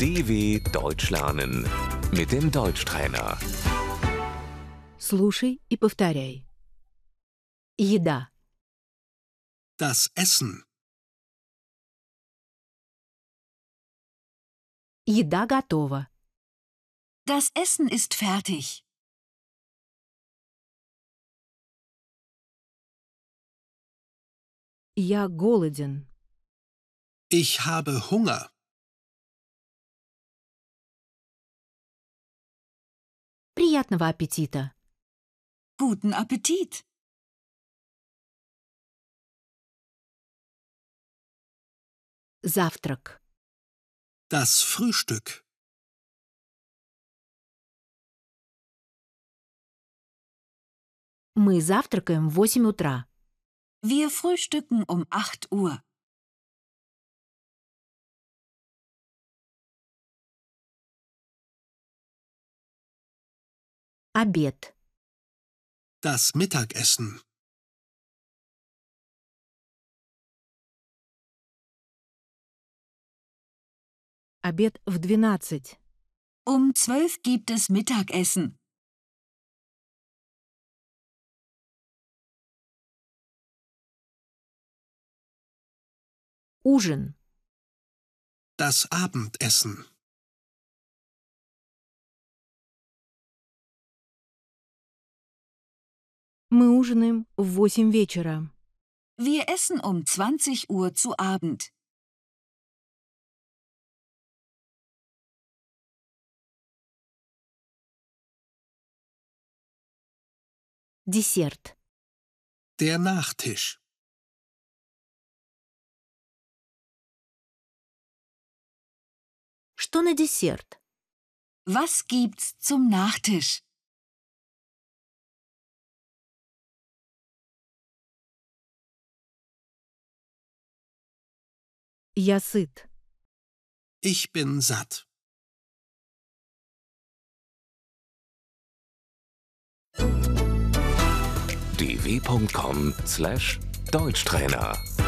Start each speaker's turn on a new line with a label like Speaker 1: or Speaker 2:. Speaker 1: DW Deutsch lernen mit dem Deutschtrainer.
Speaker 2: Слушай и повторяй. Еда.
Speaker 3: Das Essen.
Speaker 2: Еда готова.
Speaker 4: Das Essen ist fertig.
Speaker 2: Я голоден.
Speaker 3: Ich habe Hunger.
Speaker 2: Приятного аппетита.
Speaker 4: Guten Appetit.
Speaker 2: Завтрак.
Speaker 3: Das Frühstück.
Speaker 2: Мы завтракаем в 8 утра.
Speaker 4: Wir frühstücken um 8 Uhr.
Speaker 2: Обед.
Speaker 3: Das Mittagessen.
Speaker 2: Обед в 12.
Speaker 4: Um 12 gibt es Mittagessen.
Speaker 2: Ужин.
Speaker 3: Das Abendessen.
Speaker 2: Мы ужинаем в 8 вечера.
Speaker 4: Wir essen um 20 Uhr zu Abend.
Speaker 2: Десерт.
Speaker 3: Der Nachtisch.
Speaker 2: Что на десерт?
Speaker 4: Was gibt's zum Nachtisch?
Speaker 2: Я сыт.
Speaker 3: Ich bin satt.
Speaker 1: dw.com/deutschtrainer